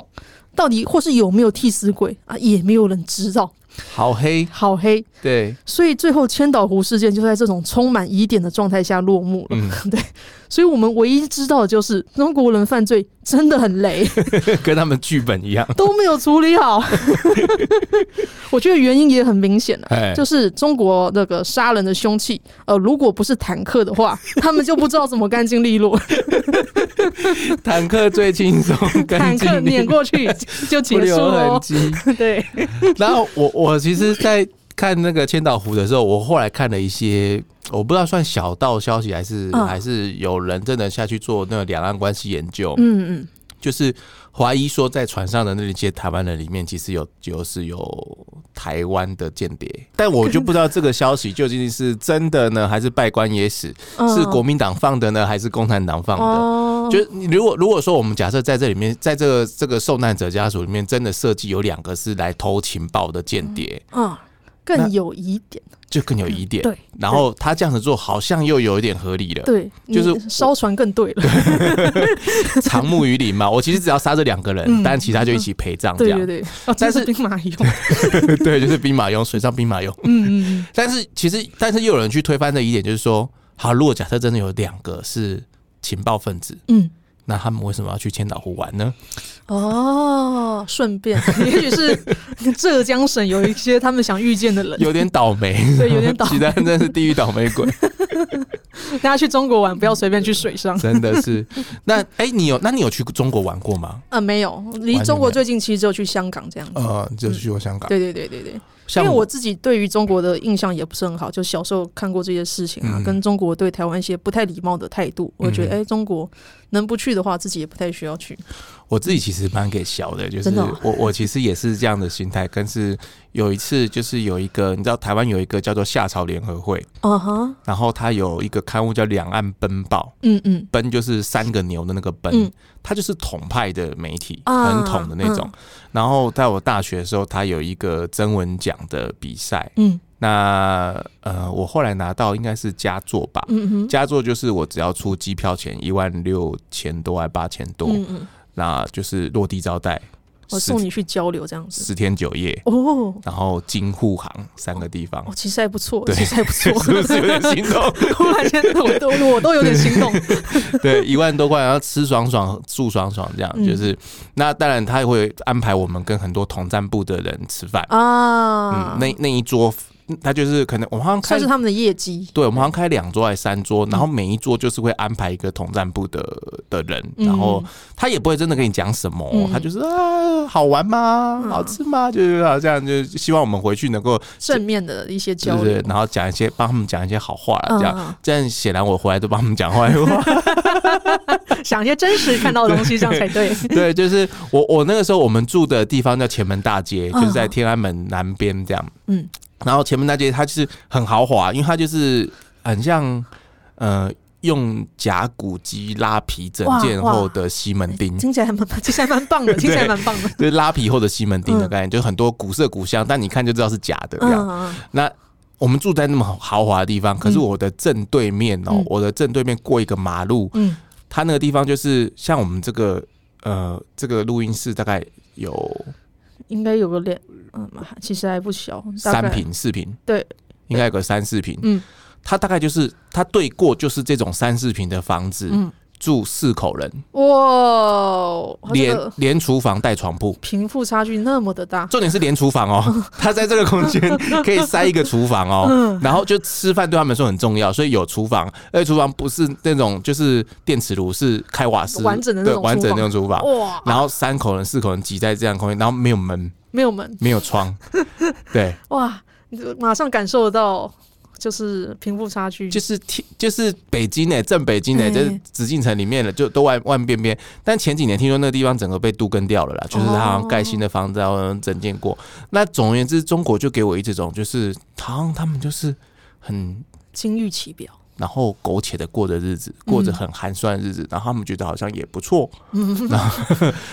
[SPEAKER 2] 到底或是有没有替死鬼啊，也没有人知道。
[SPEAKER 1] 好黑，
[SPEAKER 2] 好黑，
[SPEAKER 1] 对，
[SPEAKER 2] 所以最后千岛湖事件就在这种充满疑点的状态下落幕了。
[SPEAKER 1] 嗯，
[SPEAKER 2] 所以我们唯一知道的就是中国人犯罪真的很 雷，
[SPEAKER 1] 跟他们剧本一样，
[SPEAKER 2] 都没有处理好。 我觉得原因也很明显啊了、
[SPEAKER 1] 哎，
[SPEAKER 2] 就是中国那个杀人的凶器，呃，如果不是坦克的 话，他们就不知道怎么干净利落，
[SPEAKER 1] 坦克最轻松，
[SPEAKER 2] 坦
[SPEAKER 1] 干
[SPEAKER 2] 克
[SPEAKER 1] 净利
[SPEAKER 2] 碾 过去就
[SPEAKER 1] 不
[SPEAKER 2] 结束
[SPEAKER 1] 留
[SPEAKER 2] 了
[SPEAKER 1] 痕
[SPEAKER 2] 哦。
[SPEAKER 1] 迹。
[SPEAKER 2] 对，
[SPEAKER 1] 然后我我其实，在看那个千岛湖的时候，我后来看了一些，我不知道算小道消息还是、
[SPEAKER 2] 嗯
[SPEAKER 1] 还是有人真的下去做那个两岸关系研究，
[SPEAKER 2] 嗯嗯，
[SPEAKER 1] 就是怀疑说在船上的那些台湾人里面，其实有就是有台湾的间谍，但我就不知道这个消息究竟是真的呢，还是拜官野史，
[SPEAKER 2] 嗯
[SPEAKER 1] 是国民党放的呢，还是共产党放的？
[SPEAKER 2] 哦，
[SPEAKER 1] 就是你如果如果说我们假设在这里面，在这个这个受难者家属里面，真的设计有两个是来偷情报的间谍，
[SPEAKER 2] 嗯，
[SPEAKER 1] 那
[SPEAKER 2] 更有疑点。
[SPEAKER 1] 就更有疑点。
[SPEAKER 2] 对，
[SPEAKER 1] 然后他这样子做，好像又有一点合理了。
[SPEAKER 2] 对，
[SPEAKER 1] 就是
[SPEAKER 2] 你烧船更对了。
[SPEAKER 1] 长木于林嘛，我其实只要杀这两个人，
[SPEAKER 2] 嗯
[SPEAKER 1] 但其他就一起陪葬这
[SPEAKER 2] 对
[SPEAKER 1] 样。
[SPEAKER 2] 对对，哦，
[SPEAKER 1] 但
[SPEAKER 2] 这是
[SPEAKER 1] 是
[SPEAKER 2] 兵马俑。
[SPEAKER 1] 对就是兵马俑，水上兵马俑。
[SPEAKER 2] 嗯嗯
[SPEAKER 1] 但是其实，但是又有人去推翻的疑点，就是说，好，如果假设真的有两个是情报分子，
[SPEAKER 2] 嗯。嗯
[SPEAKER 1] 那他们为什么要去千岛湖玩呢？
[SPEAKER 2] 哦，顺便， 也许是浙江省有一些他们想遇见的人，
[SPEAKER 1] 有点倒霉，
[SPEAKER 2] 对，有点倒
[SPEAKER 1] 其他人真是地狱倒霉鬼。
[SPEAKER 2] 大家去中国玩，不要随便去水 上。
[SPEAKER 1] 真的是。那哎、你有那你有去中国玩过吗？
[SPEAKER 2] 呃，没有，离中国最近其实只有去香港这样子。
[SPEAKER 1] 呃，就是去过香港，
[SPEAKER 2] 对对对对对，因
[SPEAKER 1] 像
[SPEAKER 2] 为我自己对于中国的印象也不是很好，就小时候看过这些事情啊，
[SPEAKER 1] 嗯
[SPEAKER 2] 跟中国对台湾一些不太礼貌的态度，我就觉得
[SPEAKER 1] 嗯
[SPEAKER 2] 哎、中国能不去的话，自己也不太需要去。
[SPEAKER 1] 我自己其实蛮给小的，就是
[SPEAKER 2] 真的哦
[SPEAKER 1] 我我其实也是这样的心态。但是有一次就是有一个，你知道台湾有一个叫做夏朝联合会，
[SPEAKER 2] 啊哈，
[SPEAKER 1] 然后它有一个刊物叫《两岸奔报》。
[SPEAKER 2] 嗯嗯
[SPEAKER 1] 奔就是三个牛的那个奔，
[SPEAKER 2] 嗯
[SPEAKER 1] 它就是统派的媒体，
[SPEAKER 2] 啊
[SPEAKER 1] 很统的那种。然后在我大学的时候，它有一个征文奖的比赛，
[SPEAKER 2] 嗯
[SPEAKER 1] 那呃，我后来拿到应该是佳作吧，
[SPEAKER 2] 嗯嗯
[SPEAKER 1] 佳作就是我只要出机票钱一万六千多还八千多，
[SPEAKER 2] 嗯嗯，
[SPEAKER 1] 那就是落地招待，
[SPEAKER 2] 我
[SPEAKER 1] 十
[SPEAKER 2] 送你去交流这样子。
[SPEAKER 1] 十天九夜，
[SPEAKER 2] 哦，
[SPEAKER 1] 然后京沪杭三个地方，
[SPEAKER 2] 哦，其实还不错，
[SPEAKER 1] 对。
[SPEAKER 2] 其实还不错
[SPEAKER 1] 是不是有点心 动？
[SPEAKER 2] 突然间，我都我都有点心动。
[SPEAKER 1] 对，一万多块，然后吃爽爽，住爽爽，这样、
[SPEAKER 2] 嗯
[SPEAKER 1] 就是。那当然，他也会安排我们跟很多同站部的人吃饭，
[SPEAKER 2] 啊，
[SPEAKER 1] 嗯，那那一桌，他就是可能我们好像开
[SPEAKER 2] 算是他们的业绩。
[SPEAKER 1] 对，我们好像开两桌还是三
[SPEAKER 2] 嗯
[SPEAKER 1] 桌，然后每一桌就是会安排一个统战部的的人，
[SPEAKER 2] 嗯
[SPEAKER 1] 然后他也不会真的跟你讲什么，
[SPEAKER 2] 嗯
[SPEAKER 1] 他就是啊好玩吗？
[SPEAKER 2] 嗯
[SPEAKER 1] 好吃吗？就是好像就希望我们回去能够
[SPEAKER 2] 正面的一些
[SPEAKER 1] 就
[SPEAKER 2] 交
[SPEAKER 1] 是
[SPEAKER 2] 流，
[SPEAKER 1] 然后讲一些帮他们讲一些好话啦，这样。
[SPEAKER 2] 嗯，
[SPEAKER 1] 这样显然我回来都帮他们讲坏话，
[SPEAKER 2] 嗯想一些真实看到的东西，这样才对。
[SPEAKER 1] 对，就是我我那个时候我们住的地方叫前门大街，
[SPEAKER 2] 嗯
[SPEAKER 1] 就是在天安门南边这样，
[SPEAKER 2] 嗯，
[SPEAKER 1] 然后前门大街它就是很豪华，因为它就是很像呃用假骨鸡拉皮整件
[SPEAKER 2] 哇哇哎
[SPEAKER 1] 后的西门町，
[SPEAKER 2] 听起来还蛮，其实还蛮 棒的，听起来蛮棒的。
[SPEAKER 1] 就是拉皮后的西门町的概念，就是很多古色古香，但你看就知道是假的这样。
[SPEAKER 2] 嗯，
[SPEAKER 1] 那我们住在那么豪华的地方，可是
[SPEAKER 2] 嗯
[SPEAKER 1] 我的正对面哦，
[SPEAKER 2] 嗯
[SPEAKER 1] 我的正对面过一个马路，
[SPEAKER 2] 嗯
[SPEAKER 1] 它那个地方就是像我们这个呃这个录音室大概有
[SPEAKER 2] 应该有个两嗯，其实还不小，大概
[SPEAKER 1] 三平四平，
[SPEAKER 2] 对，
[SPEAKER 1] 应该有个三四平。
[SPEAKER 2] 嗯
[SPEAKER 1] 它大概就是它对过就是这种三四平的房子，
[SPEAKER 2] 嗯，
[SPEAKER 1] 住四口人，
[SPEAKER 2] 哇哦，它这
[SPEAKER 1] 连
[SPEAKER 2] 个
[SPEAKER 1] 连厨房带床铺。
[SPEAKER 2] 贫富差距那么的大，
[SPEAKER 1] 重点是连厨房 哦，它在这个空间可以塞一个厨房
[SPEAKER 2] 嗯
[SPEAKER 1] 哦，然后就吃饭对他们来说很重要，所以有厨房，而且厨房不是那种就是电磁炉，是开瓦斯
[SPEAKER 2] 完整的那
[SPEAKER 1] 对
[SPEAKER 2] 种
[SPEAKER 1] 完整的
[SPEAKER 2] 厨
[SPEAKER 1] 那种厨房。
[SPEAKER 2] 哇，
[SPEAKER 1] 然后三口人、四口人挤在这样的空间，然后没有门、
[SPEAKER 2] 没有门，
[SPEAKER 1] 没有 窗，对，
[SPEAKER 2] 哇，你就马上感受得到就是贫富差距，
[SPEAKER 1] 就是天，就是北京呢、正北京呢、欸
[SPEAKER 2] 哎
[SPEAKER 1] 就是紫禁城里面了，就都万万边边。但前几年听说那个地方整个被都跟掉了
[SPEAKER 2] 哦
[SPEAKER 1] 啦，就是它好像盖新的房子，然后整建过。那总而言之，中国就给我一这种，就是好像他们就是很。
[SPEAKER 2] 金玉其表，
[SPEAKER 1] 然后苟且的过着日子，
[SPEAKER 2] 嗯
[SPEAKER 1] 过着很寒酸的日子，然后他们觉得好像也不错，
[SPEAKER 2] 然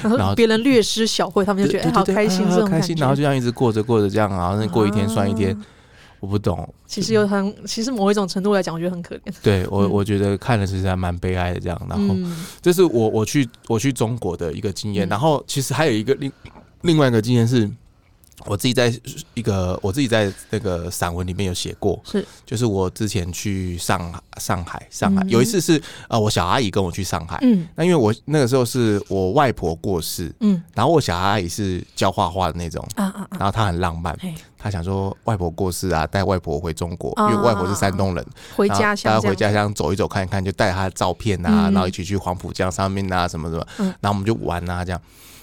[SPEAKER 1] 然
[SPEAKER 2] 后
[SPEAKER 1] 后
[SPEAKER 2] 别人略施小惠，他们就觉得哎好开心，
[SPEAKER 1] 哎
[SPEAKER 2] 这种
[SPEAKER 1] 开
[SPEAKER 2] 感
[SPEAKER 1] 心，然后
[SPEAKER 2] 觉。
[SPEAKER 1] 就这样一直过着过着这样，然后过一天算一天，
[SPEAKER 2] 啊
[SPEAKER 1] 我不懂，
[SPEAKER 2] 其实有很，其实某一种程度来讲，我觉得很可怜。
[SPEAKER 1] 对我、
[SPEAKER 2] 嗯
[SPEAKER 1] 我觉得看了其实还蛮悲哀的这样，然后
[SPEAKER 2] 嗯
[SPEAKER 1] 这是我我去我去中国的一个经验，
[SPEAKER 2] 嗯
[SPEAKER 1] 然后其实还有一个另另外一个经验是，我自己在一个我自己在那个散文里面有写过，
[SPEAKER 2] 是
[SPEAKER 1] 就是我之前去上海上海上海、
[SPEAKER 2] 嗯
[SPEAKER 1] 有一次是呃我小阿姨跟我去上海，
[SPEAKER 2] 嗯
[SPEAKER 1] 那因为我那个时候是我外婆过世，
[SPEAKER 2] 嗯
[SPEAKER 1] 然后我小阿姨是教画画的那种，
[SPEAKER 2] 啊啊啊，
[SPEAKER 1] 然后她很浪漫，
[SPEAKER 2] 嘿，
[SPEAKER 1] 她想说外婆过世啊，带外婆回中国，因
[SPEAKER 2] 啊
[SPEAKER 1] 为外婆是山东人，
[SPEAKER 2] 回
[SPEAKER 1] 然后
[SPEAKER 2] 家乡
[SPEAKER 1] 大
[SPEAKER 2] 这
[SPEAKER 1] 家
[SPEAKER 2] 样，
[SPEAKER 1] 回家乡走一走看一看，就带他的照片啊，
[SPEAKER 2] 嗯
[SPEAKER 1] 然后一起去黄浦江上面啊，什么什么，
[SPEAKER 2] 嗯
[SPEAKER 1] 然后我们就玩啊这样。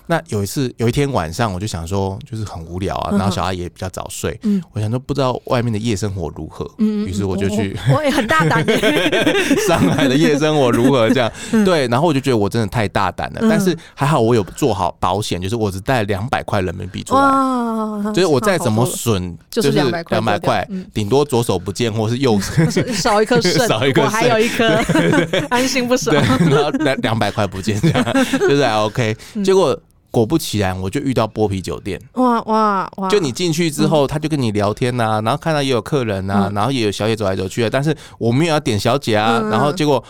[SPEAKER 1] 那有一次有一天晚上，我就想说就是很无聊啊，
[SPEAKER 2] 嗯哼
[SPEAKER 1] 然后小阿姨也比较早睡，
[SPEAKER 2] 嗯
[SPEAKER 1] 我想说不知道外面的夜生活如何，
[SPEAKER 2] 嗯，嗯
[SPEAKER 1] 于是我就去，
[SPEAKER 2] 嗯我我也很大胆耶，
[SPEAKER 1] 上海的夜生活如何这样， 对，然后我就觉得我真的太大胆了，
[SPEAKER 2] 嗯
[SPEAKER 1] 但是还好我有做好保险，就是我只带两百块人民币出来。
[SPEAKER 2] 哇，
[SPEAKER 1] 就是我再
[SPEAKER 2] 差好
[SPEAKER 1] 怎么
[SPEAKER 2] 多了
[SPEAKER 1] 损，
[SPEAKER 2] 就
[SPEAKER 1] 就是是
[SPEAKER 2] 200块
[SPEAKER 1] 200
[SPEAKER 2] 对
[SPEAKER 1] 块
[SPEAKER 2] 对嗯，
[SPEAKER 1] 顶多左手不见或是右手
[SPEAKER 2] 少 一颗肾，
[SPEAKER 1] 少一颗
[SPEAKER 2] 我还
[SPEAKER 1] 肾
[SPEAKER 2] 有一颗， 安心不少
[SPEAKER 1] 对，。 然后两两百块不见，这样就是还 OK。结
[SPEAKER 2] 嗯
[SPEAKER 1] 果果不其然，我就遇到剥皮酒店。
[SPEAKER 2] 哇哇哇！
[SPEAKER 1] 就你进去之后，他就跟你聊天呐、然后看到也有客人呐、
[SPEAKER 2] 嗯
[SPEAKER 1] 然后也有小姐走来走去的，啊但是我们也要点小姐啊
[SPEAKER 2] 嗯嗯。嗯
[SPEAKER 1] 然后结果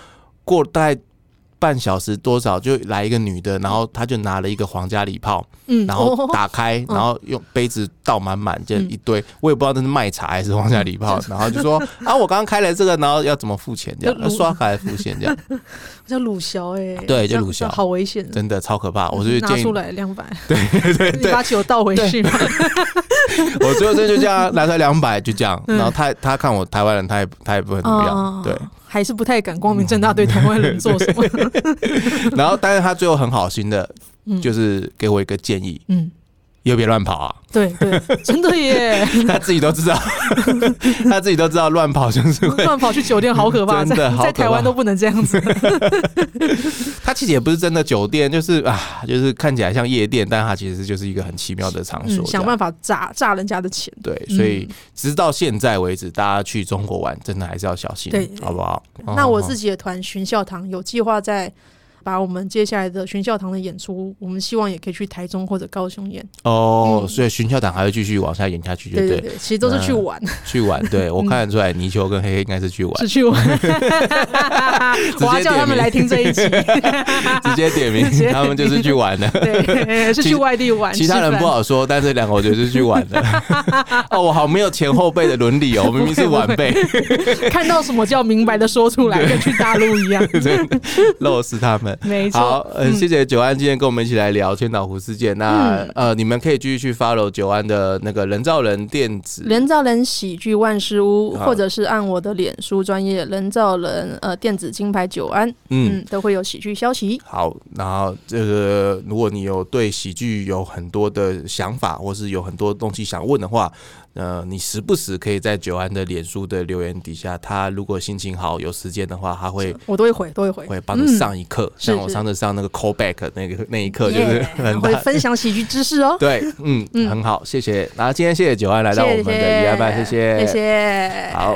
[SPEAKER 1] 过大概半小时多少，就来一个女的，然后她就拿了一个皇家礼炮，
[SPEAKER 2] 嗯，
[SPEAKER 1] 然后
[SPEAKER 2] 哦
[SPEAKER 1] 打开，
[SPEAKER 2] 嗯
[SPEAKER 1] 然后用杯子倒满满，这一堆，我也不知道那是卖茶还是皇家礼炮，然后就说啊，我刚刚开了这个，然后要怎么付钱这样，
[SPEAKER 2] 嗯
[SPEAKER 1] 要
[SPEAKER 2] 就
[SPEAKER 1] 刷卡来付钱这样，
[SPEAKER 2] 叫鲁枭哎，
[SPEAKER 1] 对
[SPEAKER 2] 这样
[SPEAKER 1] 就鲁枭
[SPEAKER 2] 这样好危险。啊
[SPEAKER 1] 真的超可怕。我就
[SPEAKER 2] 嗯拿
[SPEAKER 1] 建议
[SPEAKER 2] 出来 两百，对对对，你把酒倒回去嘛。
[SPEAKER 1] 我最后这就这样拿出来两百，就这样。
[SPEAKER 2] 嗯哦
[SPEAKER 1] 然后他他看我台湾人，他也他也不会怎么样，对。，嗯
[SPEAKER 2] 还是不太敢光明正大对台湾人做什么。
[SPEAKER 1] 然后，但是他最后很好心的
[SPEAKER 2] 嗯，
[SPEAKER 1] 就是给我一个建议，
[SPEAKER 2] 嗯，
[SPEAKER 1] 以后别乱跑啊。
[SPEAKER 2] 对对，真的耶，
[SPEAKER 1] 他自己都知道， 他自己都知道乱跑就是会。
[SPEAKER 2] 乱跑去酒店好可怕，
[SPEAKER 1] 真的
[SPEAKER 2] 在
[SPEAKER 1] 好可怕
[SPEAKER 2] 在台湾都不能这 样子。
[SPEAKER 1] 他其实也不是真的酒店，就是啊，就是看起来像夜店，但他其实就是一个很奇妙的场所这
[SPEAKER 2] 嗯，
[SPEAKER 1] 样。
[SPEAKER 2] 想办法诈诈人家的钱。
[SPEAKER 1] 对，
[SPEAKER 2] 嗯
[SPEAKER 1] 所以直到现在为止，大家去中国玩真的还是要小心
[SPEAKER 2] 对，
[SPEAKER 1] 好不好？
[SPEAKER 2] 那我自
[SPEAKER 1] 是
[SPEAKER 2] 己的团巡校堂有计划在把我们接下来的巡校堂的演出，我们希望也可以去台中或者高雄演。
[SPEAKER 1] 哦
[SPEAKER 2] 嗯，
[SPEAKER 1] 所以巡校党还会继续往下演下去，就
[SPEAKER 2] 对
[SPEAKER 1] 对
[SPEAKER 2] 对对，其实都是去
[SPEAKER 1] 嗯
[SPEAKER 2] 玩，
[SPEAKER 1] 去玩， 对
[SPEAKER 2] 嗯
[SPEAKER 1] 我看得出来，泥鳅跟黑黑应该是去玩，
[SPEAKER 2] 是去玩。 我要叫他们来听这一集，
[SPEAKER 1] 直接点
[SPEAKER 2] 直接
[SPEAKER 1] 名，他们就是去玩的。
[SPEAKER 2] 对，是
[SPEAKER 1] 其
[SPEAKER 2] 去外地玩。
[SPEAKER 1] 其他人不好说，但这两个我觉得是去玩 的。哦，我好没有前后辈的伦理哦，我明明是晚辈，
[SPEAKER 2] 吃饭，看到什么叫明白的说出 来，跟去大陆一样。
[SPEAKER 1] 真的漏死他们。
[SPEAKER 2] 没
[SPEAKER 1] 好
[SPEAKER 2] 错，，
[SPEAKER 1] 呃，
[SPEAKER 2] 嗯
[SPEAKER 1] 谢谢九安今天跟我们一起来聊千岛湖事件。那、呃，你们可以继续去 follow 九安的那个人造人电子
[SPEAKER 2] 人造人喜剧万事屋，
[SPEAKER 1] 好
[SPEAKER 2] 或者是按我的脸书专业人造人呃电子金牌九安，
[SPEAKER 1] 嗯
[SPEAKER 2] 嗯，都会有喜剧消息。
[SPEAKER 1] 好，然后这个，如果你有对喜剧有很多的想法，或是有很多东西想问的话，呃，你时不时可以在九安的脸书的留言底下，他如果心情好、有时间的话，他会
[SPEAKER 2] 我都会回，都会回，
[SPEAKER 1] 会帮你
[SPEAKER 2] 嗯
[SPEAKER 1] 上一课。
[SPEAKER 2] 是
[SPEAKER 1] 像我
[SPEAKER 2] 是
[SPEAKER 1] 上次上那个 callback 那个那一课，就是
[SPEAKER 2] Yeah，
[SPEAKER 1] 很
[SPEAKER 2] 会
[SPEAKER 1] 大。。
[SPEAKER 2] 分享喜剧知识哦
[SPEAKER 1] 对，嗯，
[SPEAKER 2] 嗯
[SPEAKER 1] 很好，谢谢。然后今天谢谢九安来到我们的
[SPEAKER 2] 谢谢
[SPEAKER 1] 一二班，谢
[SPEAKER 2] 谢谢。
[SPEAKER 1] 好，